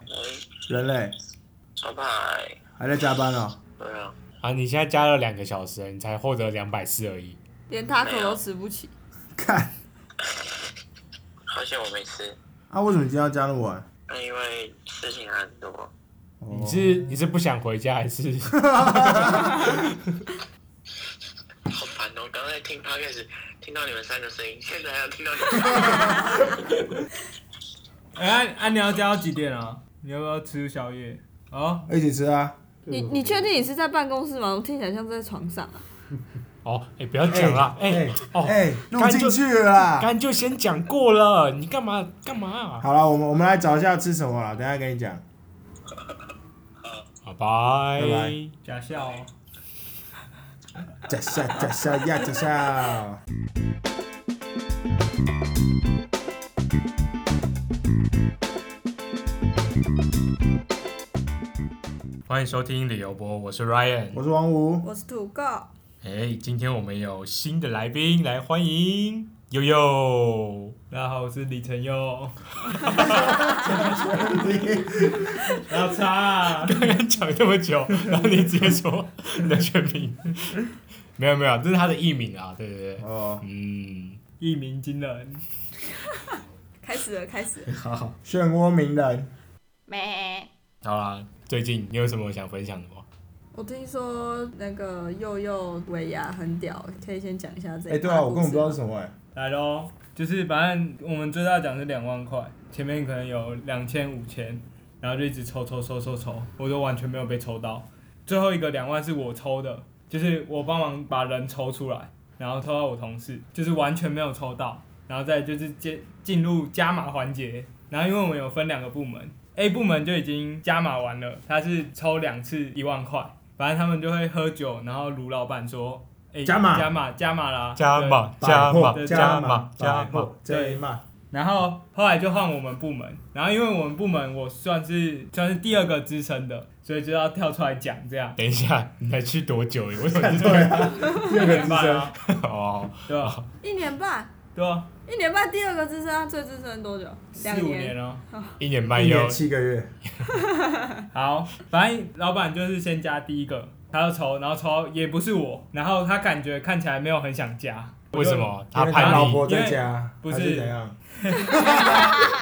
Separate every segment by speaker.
Speaker 1: 嗯
Speaker 2: 人类
Speaker 1: 三百，
Speaker 2: 还在加班啊、
Speaker 1: 对啊，
Speaker 3: 啊，你现在加了两个小时，你才获得两百四而已。
Speaker 4: 连 taco 都吃不起。
Speaker 2: 看，
Speaker 1: 好险我没吃，
Speaker 2: 啊，为什么今天要加那么晚？
Speaker 1: 那因为事情还很多，
Speaker 2: 哦
Speaker 3: 你是你是不想回家还 是？
Speaker 1: 好烦哦！刚才听 podcast 听到你们三个声音，现在还要听到你们，
Speaker 5: 哎、啊啊，你要加到几点啊？你要不要吃宵夜？哦，
Speaker 2: 一起吃啊？
Speaker 4: 你你确定你是在办公室吗？我听起来像是在床上啊。
Speaker 3: 哦，哎、不要讲了，哎、哦，
Speaker 2: 哎、弄
Speaker 3: 干就
Speaker 2: 进去了啦。
Speaker 3: 刚就先讲过了，你干嘛干嘛啊？
Speaker 2: 好了，我们我们来找一下吃什么了，等一下跟你讲。
Speaker 3: 好，拜
Speaker 2: 拜拜
Speaker 5: 假笑、哦。
Speaker 2: 加 下加下呀加下。
Speaker 3: 欢迎收听旅游播，我是 Ryan。
Speaker 2: 我是王 五，
Speaker 4: 我是土狗，
Speaker 3: 哎、今天我们有新的来宾来欢迎悠悠。
Speaker 5: 大家好，我是李晨佑。
Speaker 3: 老查、刚刚讲这么久，然后你直接说你的全 名，没有没有，这是他的艺名啊，对对对，
Speaker 2: 哦，
Speaker 3: 嗯，
Speaker 5: 一鸣惊人，
Speaker 4: 开始了，开始了。
Speaker 3: 好，
Speaker 2: 漩涡鸣人，
Speaker 4: 咩？
Speaker 3: 好啦，最近你有什么想分享的吗？
Speaker 4: 我听说那个佑佑尾牙很屌，可以先讲一下这一趴故事。
Speaker 2: 哎、对啊，我根本不知道是什么哎、
Speaker 5: 来喽！就是反正我们最大奖是两万块，前面可能有两千、五千，然后就一直抽抽抽抽抽，我都完全没有被抽到。最后一个两万是我抽的，就是我帮忙把人抽出来，然后抽到我同事，就是完全没有抽到。然后再就是进进入加码环节，然后因为我们有分两个部门，A 部门就已经加码完了，他是抽两次一万块，反正他们就会喝酒，然后卢老板说，哎、
Speaker 2: 加码
Speaker 5: 加码加码啦，
Speaker 3: 加
Speaker 5: 对
Speaker 3: 码加码加码加
Speaker 2: 加
Speaker 3: 码，。
Speaker 2: 码加码，
Speaker 5: 然后后来就换我们部门，然后因为我们部门我算是算是第二个资深的，所以就要跳出来讲这样
Speaker 3: 等 一下，你才去多久？我怎么知
Speaker 2: 对啊，六个资
Speaker 5: 一年半
Speaker 2: 深，
Speaker 5: 啊，
Speaker 3: 道？哦，
Speaker 5: 对吧？
Speaker 4: 一年半，
Speaker 5: 对啊，
Speaker 4: 一年半第二个资深啊，最资深多久？两
Speaker 5: 四五年。了。
Speaker 3: 一年半
Speaker 2: 一
Speaker 3: 又
Speaker 2: 年七个月，
Speaker 5: 好，反正老板就是先加第一个，他就抽，然后抽也不是我，然后他感觉看起来没有很想加，
Speaker 3: 为什？么他
Speaker 2: 因为他
Speaker 3: 怕
Speaker 2: 老
Speaker 3: 你？
Speaker 2: 婆在家，
Speaker 5: 因为
Speaker 2: 还
Speaker 5: 不是
Speaker 2: 怎样？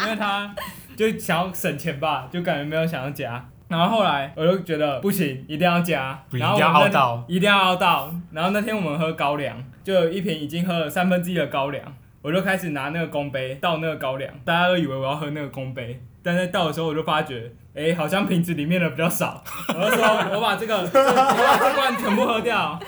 Speaker 5: 因为他就想要省钱吧，就感觉没有想要加。然后后来我就觉得不行，一定要加，
Speaker 3: 不
Speaker 5: 然后
Speaker 3: 一定要
Speaker 5: 我们
Speaker 3: 凹到
Speaker 5: 那一定要凹到。然后那天我们喝高粱，就有一瓶已经喝了三分之一的高粱，我就开始拿那个公杯倒那个高粱，大家都以为我要喝那个公杯，但在倒的时候我就发觉，哎，好像瓶子里面的比较 少，我就说我把这个这个这罐全部喝掉，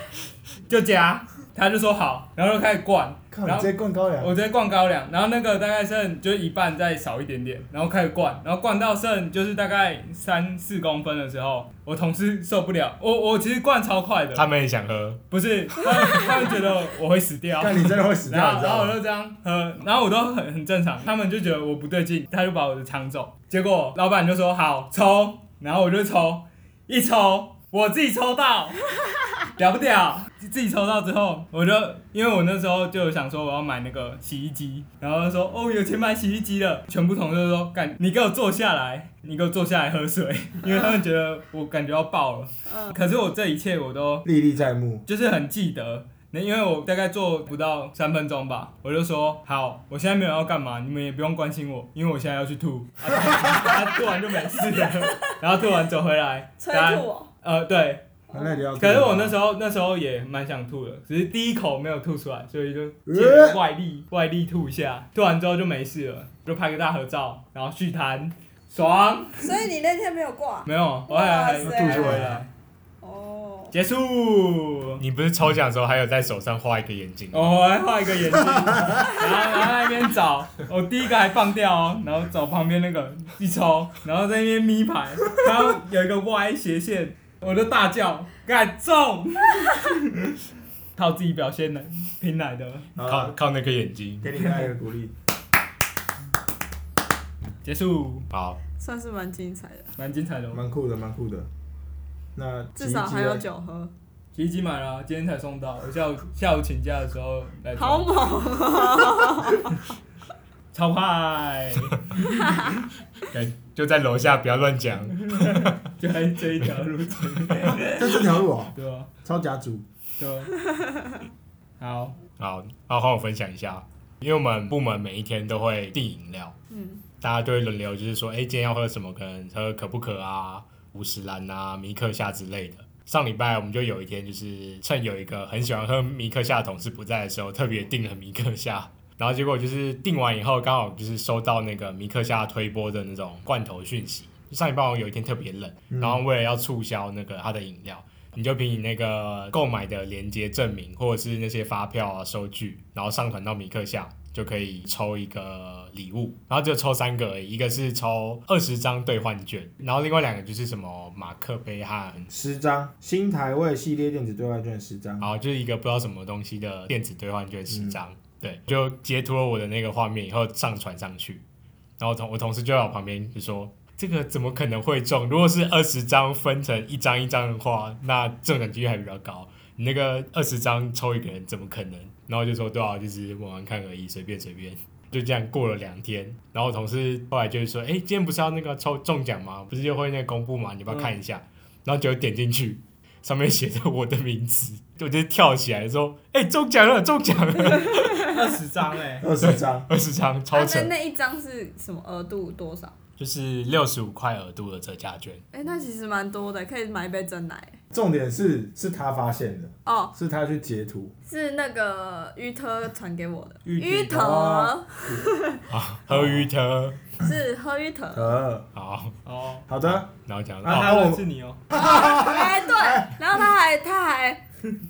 Speaker 5: 就加。他就说好，然后就开始灌，
Speaker 2: 靠，你
Speaker 5: 然
Speaker 2: 直
Speaker 5: 后
Speaker 2: 接灌高粱，
Speaker 5: 我直接灌高粱，然后那个大概剩就一半，再少一点点，然后开始灌，然后灌到剩就是大概三四公分的时候，我同事受不了，我我其实灌超快
Speaker 3: 他
Speaker 5: 的，
Speaker 3: 们也想喝，
Speaker 5: 不是，他们他们觉得我会死掉，
Speaker 2: 但你真的会死掉，
Speaker 5: 然
Speaker 2: 你
Speaker 5: 后
Speaker 2: 知
Speaker 5: 然后
Speaker 2: 道
Speaker 5: 我
Speaker 2: 吗？
Speaker 5: 就这样喝，然后我都很很正常，他们就觉得我不对劲，他就把我的抢走，结果老板就说好抽，然后我就抽，一抽我自己抽到， 屌不屌？自己抽到之后，我就因为我那时候就想说我要买那个洗衣机，然后就说哦有钱买洗衣机了，全部同事都说干你给我坐下来，你给我坐下来喝水， 因为他们觉得我感觉要爆了，
Speaker 4: 嗯，
Speaker 5: 可是我这一切我都
Speaker 2: 历历在目，
Speaker 5: 就是很记得。那因为我大概做不到三分钟吧，我就说好，我现在没有要干嘛，你们也不用关心我，因为我现在要去吐。啊吐啊吐完就没事了，然后吐完走回来，
Speaker 4: 催
Speaker 5: 大家
Speaker 4: 吐哦。
Speaker 5: 呃，对，
Speaker 2: 那就要。
Speaker 5: 可是我那时候那时候也蛮想吐的，只是第一口没有吐出来，所以就借
Speaker 2: 呃
Speaker 5: 外力外力吐一下，吐完之后就没事了，就拍个大合照，然后续摊，爽。
Speaker 4: 所以你那天没有挂
Speaker 5: 没有，我还还
Speaker 4: 哇
Speaker 5: 吐
Speaker 4: 塞
Speaker 5: 回来，
Speaker 4: 哦。
Speaker 5: 结束。
Speaker 3: 你不是抽奖的时候还有在手上画一个眼睛吗？
Speaker 5: 哦，我还画一个眼睛，然后然后在那边找，我第一个还放掉哦，然后找旁边那个一抽，然后在那边咪牌，然后有一个 Y 斜线，我就大叫，敢中，靠自己表现的拼来的，
Speaker 2: 好
Speaker 3: 靠
Speaker 2: 了，
Speaker 3: 靠那颗眼睛。
Speaker 2: 啊给你来一个鼓励。
Speaker 5: 结束，
Speaker 3: 好，
Speaker 4: 算是蛮精彩的，
Speaker 5: 蛮精彩的哦。
Speaker 2: 蛮酷的，蛮酷的。那
Speaker 4: 至少还有
Speaker 2: 几集
Speaker 4: 酒喝，
Speaker 5: 洗衣机买了，今天才送到，我下午下午请假的时候来
Speaker 4: 好
Speaker 5: 装，
Speaker 4: 猛！哦
Speaker 5: 超快，
Speaker 3: 哎就在楼下，不要乱讲。
Speaker 5: 就还是这一条路程，
Speaker 2: 这这条路 哦，
Speaker 5: 对吧？
Speaker 2: 超甲组，
Speaker 5: 对吧？好，
Speaker 3: 好，那换我分享一下，因为我们部门每一天都会递饮料，
Speaker 4: 嗯，
Speaker 3: 大家就会轮流，就是说，哎、今天要喝什么？可能喝可不可啊、五十兰啊、米克夏之类的。上礼拜我们就有一天，就是趁有一个很喜欢喝米克夏的同事不在的时候，特别订了米克夏。然后结果就是订完以后，刚好就是收到那个米克夏推播的那种罐头讯息。上礼拜我有一天特别冷，然后为了要促销那个它的饮料，你就凭你那个购买的连接证明或者是那些发票啊、收据，然后上传到米克夏，就可以抽一个礼物，然后只有抽三个而已，一个是抽二十张兑换券，然后另外两个就是什么马克杯和。
Speaker 2: 十张新台位系列电子对外券十张，
Speaker 3: 然后就是一个不知道什么东西的电子兑换券十张，对，就截图了我的那个画面以后上传上去，然后同我同事就在我旁边就说。哎这个怎么可能会中？如果是二十张分成一张一张的话，那中奖几率还比较高。你那个二十张抽一个人，怎么可能？然后就说对啊，就是玩玩看而已，随便随便。就这样过了两天，然后同事后来就是说，哎，今天不是要那个抽中奖吗？不是就会那个公布吗？你要不要看一下？然后就点进去，上面写着我的名字， 我就跳起来说：“哎、中奖了，中奖了
Speaker 5: 二十张哎，
Speaker 2: 二十张！”
Speaker 3: 二十张超扯
Speaker 4: 那，那一张是什么额度多少？
Speaker 3: 就是六十五块额度的折价券。
Speaker 4: 哎、那其实蛮多的，可以买一杯真奶。
Speaker 2: 重点是是他发现的，
Speaker 4: 哦，
Speaker 2: 是他去截图，
Speaker 4: 是那个于特传给我的。
Speaker 5: 芋头
Speaker 4: 于
Speaker 2: 哦
Speaker 4: 特
Speaker 3: 喝鱼特
Speaker 4: 是喝于特。
Speaker 2: 呃，
Speaker 3: 好，
Speaker 5: 哦，
Speaker 2: 好的，
Speaker 3: 然后讲
Speaker 5: 然后
Speaker 3: 到、
Speaker 5: 他
Speaker 3: 哦
Speaker 5: 问是你哦，
Speaker 4: 哎、对，然后他还他还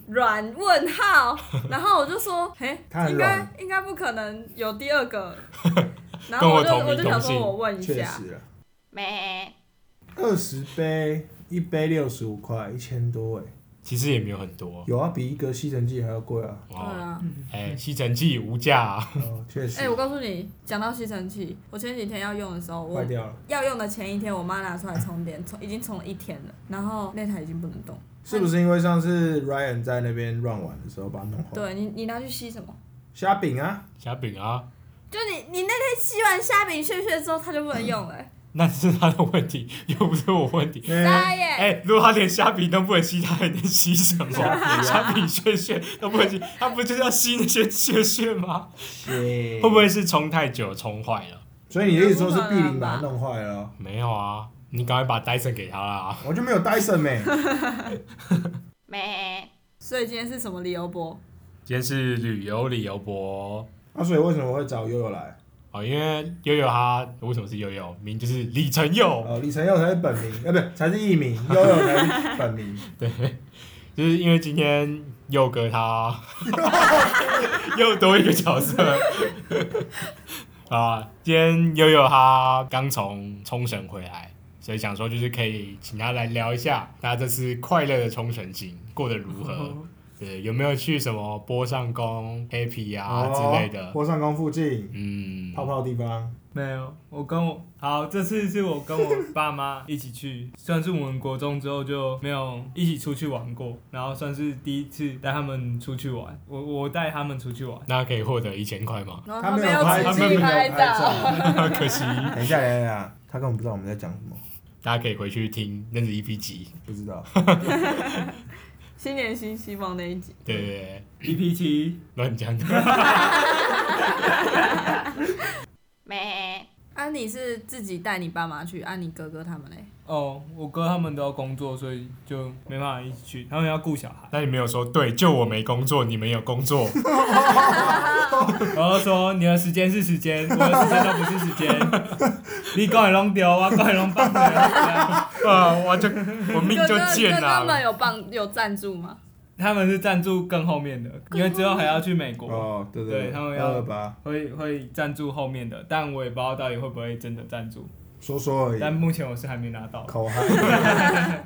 Speaker 4: 软问号，然后我就说，哎、
Speaker 2: 他很
Speaker 4: 应该
Speaker 2: 软
Speaker 4: 应该不可能有第二个。
Speaker 3: 跟
Speaker 4: 然后
Speaker 3: 我
Speaker 4: 我就
Speaker 3: 同名
Speaker 4: 我就想
Speaker 3: 同
Speaker 4: 说，
Speaker 3: 姓
Speaker 4: 我问一
Speaker 2: 确
Speaker 4: 下，
Speaker 2: 实啊，
Speaker 4: 没，
Speaker 2: 二十杯一杯六十五块，一千多哎，
Speaker 3: 其实也没有很多
Speaker 2: 有啊，比一个吸尘器还要贵啊，
Speaker 4: 对
Speaker 3: 哦。
Speaker 4: 啊。
Speaker 3: 哎、吸尘器无价、啊，
Speaker 2: 哦，确实
Speaker 4: 哎、，我告诉你，讲到吸尘器，我前几天要用的时候，我
Speaker 2: 坏掉了，
Speaker 4: 要用的前一天，我妈拿出来充电，充已经充了一天了，然后那台已经不能动。
Speaker 2: 是不是因为上次 Ryan 在那边乱玩的时候把它弄坏？
Speaker 4: 对你，你拿去吸什么？
Speaker 2: 虾饼啊，
Speaker 3: 虾饼啊，
Speaker 4: 就你，你那天吸完虾饼屑屑之后，它就不能用了、欸。
Speaker 3: 那是他的问题，又不是我问题。
Speaker 2: 嗯
Speaker 4: 傻眼！
Speaker 3: 哎、如果他连虾饼都不能吸，他还能吸什么？
Speaker 2: 虾饼啊
Speaker 3: 虾饼屑屑都不能吸，他不就是要吸那些屑屑吗？
Speaker 2: 耶
Speaker 3: 会不会是冲太久冲坏了？
Speaker 2: 所以你的意思说是碧玲把它弄坏了哦？
Speaker 3: 没有啊，你赶快把 Dyson 给他啦。
Speaker 2: 我就没有 Dyson 没，
Speaker 4: 所以今天是什么理由播？
Speaker 3: 今天是旅游旅游博
Speaker 2: 那啊所以为什么会找悠悠来？
Speaker 3: 哦，因为悠悠他为什么是悠悠？名就是李晨佑，
Speaker 2: 哦，李晨佑才是本名，呃，不是，才是艺名，悠悠才是本 名。
Speaker 3: 就是因为今天佑哥他 又多一个角色 啊。今天悠悠他刚从冲绳回来，所以想说就是可以请他来聊一下，大家这次快乐的冲绳行过得如何？
Speaker 4: 哦
Speaker 3: 对，有没有去什么波上宫、Happy 啊、之类
Speaker 2: 哦
Speaker 3: 的？
Speaker 2: 火上宫附近
Speaker 3: 嗯，
Speaker 2: 泡泡地方，
Speaker 5: 没有，我跟我好，这次是我跟我爸妈一起去， 算是我们国中之后就没有一起出去玩过，然后算是第一次带他们出去玩，我我带他们出去玩，
Speaker 3: 那可以获得一千块吗？
Speaker 4: 然后
Speaker 2: 他没
Speaker 4: 没
Speaker 2: 有拍，嗯他
Speaker 4: 仔
Speaker 2: 们没
Speaker 4: 细
Speaker 2: 有
Speaker 4: 拍
Speaker 2: 拍
Speaker 4: 照。
Speaker 2: 照。
Speaker 3: 可惜，
Speaker 2: 等一下，等一下，他根本不知道我们在讲什么，
Speaker 3: 大家可以回去听那是 EP 集，
Speaker 2: 不知 道。
Speaker 4: 新年新希望那一集，
Speaker 3: 对对对，
Speaker 5: 一 p 七，
Speaker 3: 乱讲 的。，
Speaker 4: 啊，你是自己带你爸妈去，啊，你哥哥他们嘞？
Speaker 5: 哦，我哥他们都要工作，所以就没办法一起去，他们要顾小孩
Speaker 3: 那你没有说对，就我没工作，你们有工 作，
Speaker 5: 然后说你的时间是时间，我的时间都不是时间， 你搞你弄丢，我搞你弄棒的，
Speaker 3: 啊，我就我命
Speaker 4: 哥
Speaker 3: 就
Speaker 4: 哥
Speaker 3: 贱啊
Speaker 4: 哥哥们
Speaker 3: 啦。
Speaker 4: 有帮有赞助吗？
Speaker 5: 他们是赞助更后面的，因为之后还要去美国。
Speaker 2: 哦，对
Speaker 5: 对
Speaker 2: 对，
Speaker 5: 他们要
Speaker 2: 二二八，
Speaker 5: 会会赞助后面的，但我也不知道到底会不会真的赞助，
Speaker 2: 说说而
Speaker 5: 但
Speaker 2: 已，
Speaker 5: 目前我是还没拿到。
Speaker 2: 口 嗨。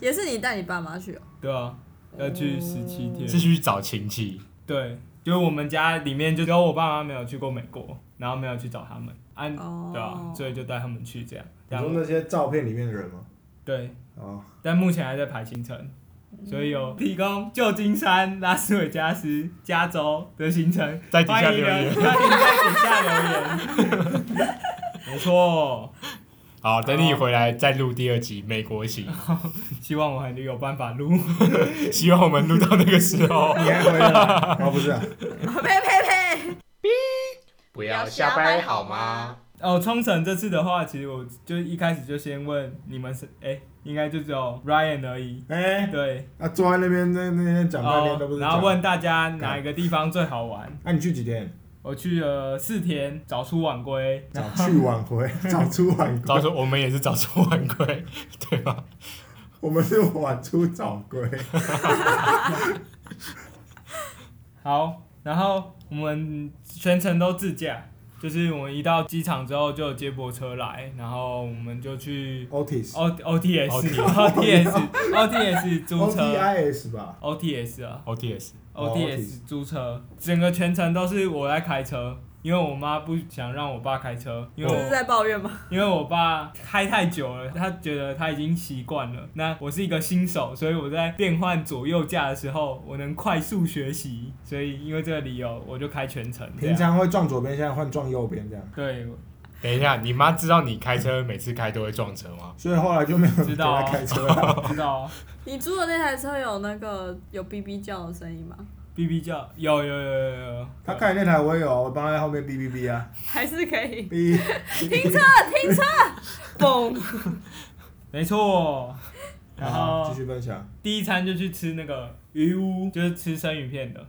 Speaker 4: 也是你带你爸妈去哦、
Speaker 5: 对啊，要去十七天。
Speaker 2: 哦
Speaker 3: 是去找亲戚，
Speaker 5: 对，就是我们家里面就只有我爸妈没有去过美国，然后没有去找他们，啊，
Speaker 4: 哦
Speaker 5: 对啊，所以就带他们去这样。
Speaker 2: 你
Speaker 5: 然
Speaker 2: 说
Speaker 5: 后
Speaker 2: 那些照片里面的人吗？
Speaker 5: 对，
Speaker 2: 哦，
Speaker 5: 但目前还在排行程。所以有提供旧金山、拉斯维加斯、加州的行程，
Speaker 3: 在底下
Speaker 5: 欢迎
Speaker 3: 留
Speaker 5: 人
Speaker 3: 言
Speaker 5: 欢迎在底下留言。没错，
Speaker 3: 好，等你回来再录第二集美国行，
Speaker 5: 哦希望我还有办法录。
Speaker 3: 希望我们录到那个时候。
Speaker 2: 你还回来了？哦，不是啊，
Speaker 4: 呸呸呸！
Speaker 3: 不
Speaker 4: 要瞎掰好吗？
Speaker 5: 哦，冲绳这次的话，其实我就一开始就先问你们是，哎、应该就只有 Ryan 而已。
Speaker 2: 哎、
Speaker 5: 对，
Speaker 2: 啊，坐在那边那那天讲半天都不
Speaker 5: 哦
Speaker 2: 是、
Speaker 5: 然后问，大家哪一个地方最好玩？
Speaker 2: 那、你去几天？
Speaker 5: 我去了四天，早出晚归。
Speaker 2: 早去晚回， 早出晚
Speaker 3: 早
Speaker 2: 归。
Speaker 3: 出我们也是早出晚归，对吧？
Speaker 2: 我们是晚出早归。
Speaker 5: 好，然后我们全程都自驾，就是我们一到机场之后就有接驳车来，然后我们就去
Speaker 2: Otis。
Speaker 5: O O T S O T S O T S 租
Speaker 2: O
Speaker 5: 车
Speaker 2: T I S 吧，
Speaker 5: O T S 啊
Speaker 3: OTS，
Speaker 2: 哦
Speaker 5: O T S 租车，整个全程都是我在开车。因为我妈不想让我爸开车，因为
Speaker 4: 这是
Speaker 5: 我
Speaker 4: 在抱怨吗？
Speaker 5: 因为我爸开太久了，他觉得他已经习惯了。那我是一个新手，所以我在变换左右驾的时候，我能快速学习。所以因为这个理由，我就开全程。这
Speaker 2: 平
Speaker 5: 样
Speaker 2: 常会撞左边，现在换撞右边这样，
Speaker 5: 对，
Speaker 3: 等一下，你妈知道你开车每次开都会撞车吗？
Speaker 2: 所以后来就没有
Speaker 5: 知
Speaker 2: 给
Speaker 5: 道啊
Speaker 2: 他开车 了。
Speaker 5: 我知道啊
Speaker 4: 你租的那台车有那个有哔哔叫的声音吗？
Speaker 5: ，B B 叫有有有有有有，
Speaker 2: 他开的那台我也有，我帮他在后面哔哔哔啊，
Speaker 4: 还是可以
Speaker 2: 哔。
Speaker 4: 停车停车？嘣！
Speaker 5: 没错。然
Speaker 2: 好
Speaker 5: 后
Speaker 2: 继续分享，
Speaker 5: 第一餐就去吃那个鱼屋，就是吃生鱼片的。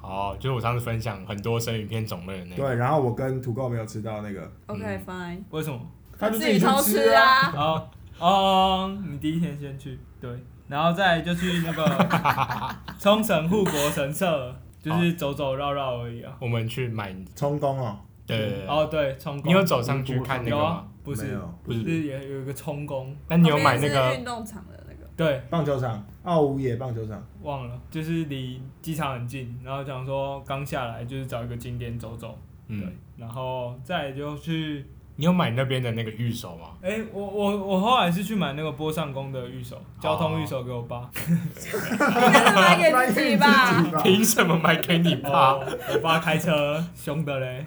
Speaker 3: 哦，就是我上次分享很多生鱼片种类的那个，
Speaker 2: 对，然后我跟土狗没有吃到那个，
Speaker 4: OK fine，
Speaker 5: 为什么？
Speaker 2: 他就
Speaker 4: 自
Speaker 2: 己去
Speaker 4: 偷
Speaker 2: 吃啊，
Speaker 4: 啊！
Speaker 5: 哦哦，你第一天先去，对，然后再就去那个 冲绳护国神社，就是走走绕绕而已啊。
Speaker 3: 我们去买
Speaker 2: 充公哦，
Speaker 3: 的。
Speaker 5: 哦，对，冲
Speaker 3: 你有
Speaker 5: 宫
Speaker 3: 走上去看那
Speaker 5: 有
Speaker 3: 个
Speaker 5: 啊
Speaker 3: 吗？，
Speaker 5: 不
Speaker 2: 没
Speaker 5: 是，
Speaker 2: 有
Speaker 3: 不
Speaker 5: 是
Speaker 3: 是，
Speaker 5: 也有一个冲宫，
Speaker 3: 那你有买
Speaker 4: 旁
Speaker 3: 那
Speaker 4: 边是
Speaker 3: 个
Speaker 4: 运动场的那个？
Speaker 5: 对，
Speaker 2: 棒球场，奥武野棒球场，
Speaker 5: 忘了，就是离机场很近，然后想说刚下来就是找一个景点走走，对
Speaker 3: 嗯，，
Speaker 5: 然后再来就去，
Speaker 3: 你有买那边的那个玉手吗？
Speaker 5: 哎，我我我后来是去买那个波上宫的玉手，交通玉手给我 爸，
Speaker 4: 应该是买给自己吧。
Speaker 3: 凭什么买给你爸？
Speaker 5: 哦我爸开车，凶的嘞。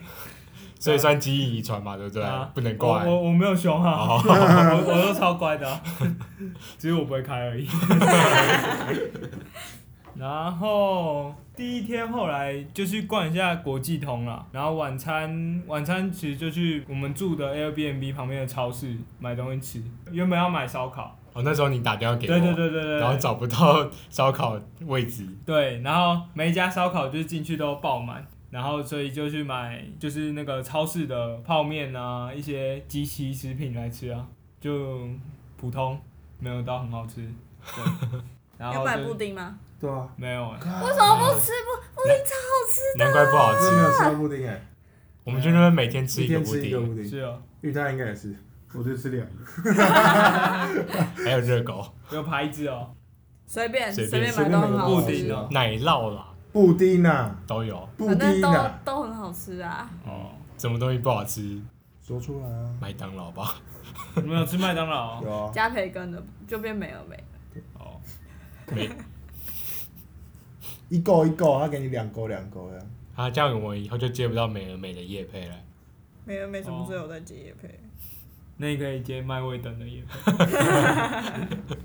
Speaker 3: 所以算基因遗传嘛，对不对
Speaker 5: 啊？
Speaker 3: 不能
Speaker 5: 我
Speaker 3: 怪。
Speaker 5: 我我没有熊哈、
Speaker 3: 哦
Speaker 5: 我我都超乖的啊、 只是我不会开而已。 然后第一天后来就去逛一下国际通了，然后晚餐晚餐其实就去我们住的 Airbnb 旁边的超市买东西吃，原本要买烧烤，
Speaker 3: 哦，那时候你打电话给
Speaker 5: 对
Speaker 3: 我，
Speaker 5: 对对对对，
Speaker 3: 然后找不到烧烤位置，
Speaker 5: 对，然后每一家烧烤就是进去都爆满，然后所以就去买就是那个超市的泡面啊，一些即期食品来吃啊，就普通，没有到很好吃。对，然
Speaker 4: 有
Speaker 5: 后
Speaker 4: 买
Speaker 5: 就
Speaker 4: 布
Speaker 5: 是
Speaker 4: 丁吗？
Speaker 2: 对啊，
Speaker 5: 没有、欸，
Speaker 4: 为什么不吃布布丁超好吃？
Speaker 3: 难怪不好
Speaker 2: 真的没
Speaker 3: 吃。
Speaker 2: 有吃到布丁哎，
Speaker 3: 我们就那边每天吃
Speaker 2: 一
Speaker 3: 一个
Speaker 2: 天
Speaker 3: 布
Speaker 2: 吃一个布
Speaker 3: 丁，
Speaker 2: 丁，
Speaker 5: 是哦，
Speaker 2: 玉泰应该也是，
Speaker 6: 我就吃两个，
Speaker 3: 还有热狗、
Speaker 5: 有牌子哦，
Speaker 4: 随便
Speaker 3: 随便
Speaker 4: 便买都很好
Speaker 5: 随便买
Speaker 4: 吃
Speaker 5: 个，
Speaker 2: 啊
Speaker 5: 哦
Speaker 3: 奶酪啦，
Speaker 2: 布丁呐，
Speaker 3: 都有。
Speaker 2: 布
Speaker 4: 反正
Speaker 2: 丁啊
Speaker 4: 都
Speaker 2: 呐，
Speaker 4: 都很好吃啊。
Speaker 5: 哦，
Speaker 3: 什么东西不好吃？
Speaker 2: 说出来啊，
Speaker 3: 麦当劳吧。
Speaker 5: 你们有吃麦当劳、哦？
Speaker 2: 有啊，
Speaker 4: 加培根的就变没有没了，
Speaker 5: 哦，
Speaker 3: 没
Speaker 2: 一够一够，他给你两勾两勾的，
Speaker 3: 啊，这样我以后就接不到美而美的叶配了。
Speaker 4: 没了没
Speaker 5: 什么时
Speaker 4: 候在接夜配。
Speaker 5: 那你可以接麦味登的 也。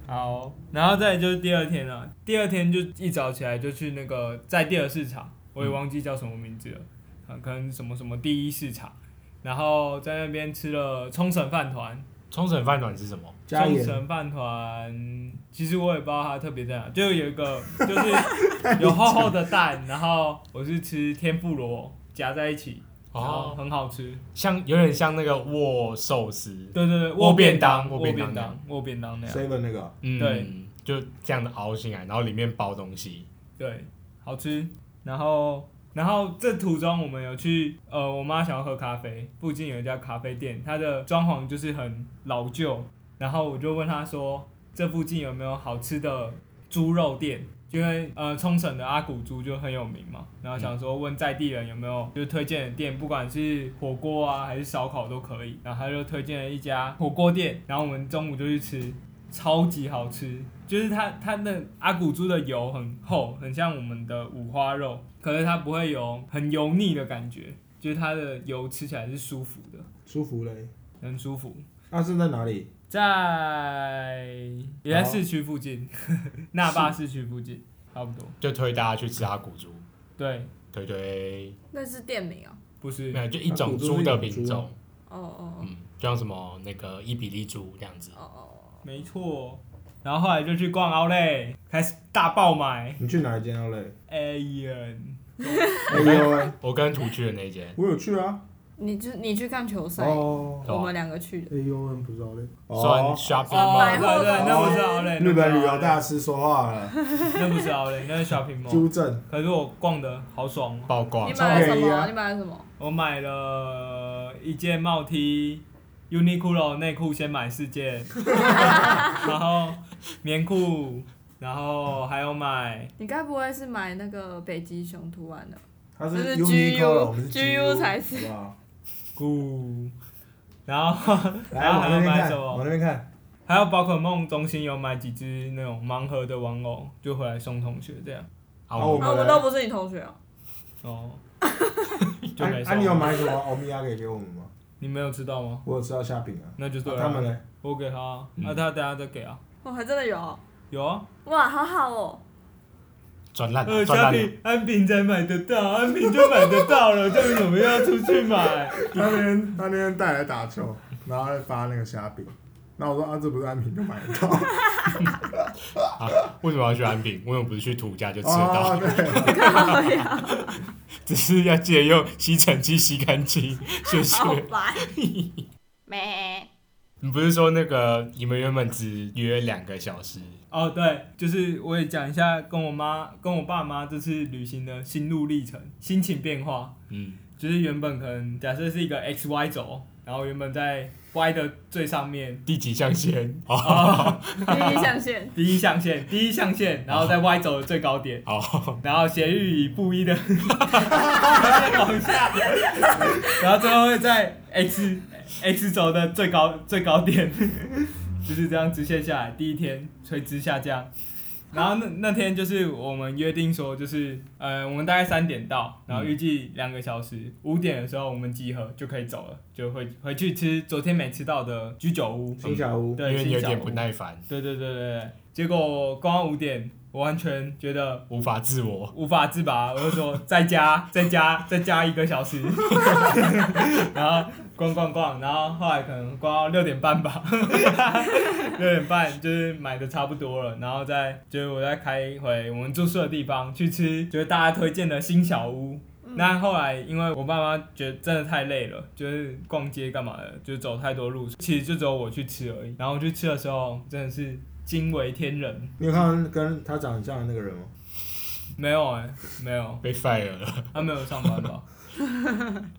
Speaker 5: 好，然后再来就是第二天了、第二天就一早起来就去那个在第二市场，我也忘记叫什么名字了，啊可能什么什么第一市场，然后在那边吃了冲绳饭团，
Speaker 3: 冲绳饭团是什么？
Speaker 2: 加
Speaker 5: 冲
Speaker 2: 盐，
Speaker 5: 绳饭团其实我也不知道它特别在哪，就有一个就是有厚厚的蛋，然后我是吃天妇罗夹在一起，然后
Speaker 3: 哦，
Speaker 5: 很好吃，
Speaker 3: 像有点像那个握寿司，
Speaker 5: 对对对，
Speaker 3: 握
Speaker 5: 握
Speaker 3: 便
Speaker 5: 便
Speaker 3: 当
Speaker 5: 当，
Speaker 3: 握
Speaker 5: 握
Speaker 3: 便
Speaker 5: 便
Speaker 3: 当
Speaker 5: 当，握便当那样。
Speaker 2: seven 那个，
Speaker 3: 嗯，
Speaker 5: 对，
Speaker 3: 就这样的凹进来，然后里面包东西。
Speaker 5: 对，好吃。然后，然后这途中我们有去，呃，我妈想要喝咖啡，附近有一家咖啡店，它的装潢就是很老旧。然后我就问她说，这附近有没有好吃的猪肉店？因为呃，冲绳的阿古猪就很有名嘛，然后想说问在地人有没有就是推荐的店，不管是火锅啊还是烧烤都可以。然后她就推荐了一家火锅店，然后我们中午就去吃，超级好吃，就是它它的阿古猪的油很厚，很像我们的五花肉，可是它不会有很油腻的感觉，就是它的油吃起来是舒服的，
Speaker 2: 舒服嘞，
Speaker 5: 很舒服。
Speaker 2: 那是在哪里？
Speaker 5: 在也在市区附近， 那霸市区附近差不多。
Speaker 3: 就推大家去吃它骨猪，
Speaker 5: 对，
Speaker 3: 推推，
Speaker 4: 那是店名哦。
Speaker 5: 不是
Speaker 3: 没有就一种猪的
Speaker 2: 它骨
Speaker 3: 品
Speaker 2: 猪是一
Speaker 3: 种
Speaker 2: 种，
Speaker 4: 哦哦
Speaker 3: 嗯，就像什么那个伊比利猪这样子
Speaker 4: 哦，哦
Speaker 5: 没错。然后后来就去逛奥莱，开始大爆买
Speaker 2: 你去哪一间 Outlet？
Speaker 5: Alien。
Speaker 2: 哎呦喂，
Speaker 3: 我跟图去的那一间，
Speaker 2: 我有去啊。
Speaker 4: 哦，你就你去看球赛，
Speaker 2: 哦，
Speaker 4: 我们两个去的。
Speaker 2: 哎呦喂，不知道嘞。
Speaker 3: 算
Speaker 2: 哦，
Speaker 3: shopping
Speaker 5: 哦，
Speaker 4: 百
Speaker 3: mall，
Speaker 5: 对
Speaker 4: 货
Speaker 5: 对，
Speaker 4: 公
Speaker 5: 对那不是
Speaker 4: 司
Speaker 5: 奥莱，
Speaker 2: 日本旅游大
Speaker 5: 大，
Speaker 2: 师说话 了，
Speaker 5: 那不是奥莱，那是 shopping mall。
Speaker 2: 纠正。
Speaker 5: 可是我逛的好爽哦，
Speaker 3: 曝光
Speaker 4: 你，买了什
Speaker 2: 超便宜啊
Speaker 4: 么？你买了什么？
Speaker 5: 我买了一件帽 T。Uniqlo 内裤先买四件，然后棉裤，然后还有买
Speaker 4: 你该不会是买那个北极熊图案的？
Speaker 2: 他
Speaker 4: 这
Speaker 2: 是
Speaker 4: 是
Speaker 2: Uniqlo，我们是
Speaker 4: GU 才是
Speaker 2: 好不 好
Speaker 5: 鼓，然后
Speaker 2: 来，啊
Speaker 5: 然
Speaker 2: 往
Speaker 5: 后还
Speaker 2: 那
Speaker 5: 有
Speaker 2: 边
Speaker 5: 买什
Speaker 2: 看，往
Speaker 5: 么？
Speaker 2: 那边看。
Speaker 5: 还有宝可梦中心有买几只那种盲盒的玩偶，就回来送同学这样。
Speaker 3: 啊，
Speaker 2: 我
Speaker 3: 我
Speaker 2: 们
Speaker 4: 啊，我
Speaker 2: 来
Speaker 4: 都不是你同学哦。
Speaker 5: 哦，就没
Speaker 2: 啊，
Speaker 5: 送。
Speaker 2: 啊你有？买什么欧米茄给我们吗？
Speaker 5: 你没有吃到吗？
Speaker 2: 我有吃到虾饼啊。
Speaker 5: 那就对
Speaker 2: 啊
Speaker 5: 了。
Speaker 2: 他们呢？
Speaker 5: 我给他啊，
Speaker 3: 嗯
Speaker 5: 那他等下再给啊。
Speaker 4: 哦，还真的有哦。
Speaker 5: 有啊，
Speaker 4: 哇，好好哦。
Speaker 3: 转烂了，
Speaker 5: 呃，
Speaker 3: 转
Speaker 5: 虾
Speaker 3: 烂了，
Speaker 5: 饼安平才买得到，安平就买得到了，这为什么要出去买？
Speaker 2: 他那天他那天带来打球，然后再发那个虾饼，那我说啊，这不是安平就买得 到，
Speaker 3: 啊为什么要去安平？为什么不是去土家就吃得
Speaker 2: 哦，
Speaker 3: 到？
Speaker 2: 对，
Speaker 4: 靠呀，
Speaker 3: 只是要借用吸尘器吸干净，谢谢。
Speaker 4: 好白。咩？
Speaker 3: 你不是说那个你们原本只约两个小时？
Speaker 5: 哦，对，就是我也讲一下跟我妈、跟我爸妈这次旅行的心路历程、心情变化。
Speaker 3: 嗯，
Speaker 5: 就是原本可能假设是一个 x y 轴，然后原本在 y 的最上面，
Speaker 3: 第几象限？哦，
Speaker 5: 哦，
Speaker 4: 第一象限。
Speaker 5: 第一象限，第一象限，然后在 y 轴的最高点，
Speaker 3: 好，
Speaker 5: 然后斜率以不 一的往下，然后最后会在 x x 轴的最高最高点，就是这样直线下来。第一天垂直下降，然后那那天就是我们约定说，就是呃，我们大概三点到，
Speaker 3: 嗯
Speaker 5: 然后预计两个小时，五点的时候我们集合就可以走了，就回回去吃昨天没吃到的居酒屋。嗯
Speaker 2: 新小屋，
Speaker 3: 因
Speaker 5: 对，
Speaker 3: 为你有点
Speaker 5: 新小屋
Speaker 3: 不耐烦，
Speaker 5: 对对对对对，结果逛到五点，我完全觉得
Speaker 3: 无法自我。
Speaker 5: 无法自拔，我就说再加再加再加一个小时， 然后逛逛逛，然后后来可能逛到六点半吧， 六点半就是买的差不多了，然后再就是我再开回我们住宿的地方去吃，就是大家推荐的新小屋。那后来，因为我爸妈觉得真的太累了，就是逛街干嘛的，就是走太多路，其实就只有我去吃而已。然后我去吃的时候，真的是惊为天人，
Speaker 2: 你有看到跟他长得像的那个人吗？
Speaker 5: 没有哎、没有，
Speaker 3: 被 fire 了，
Speaker 5: 他没有上班吧？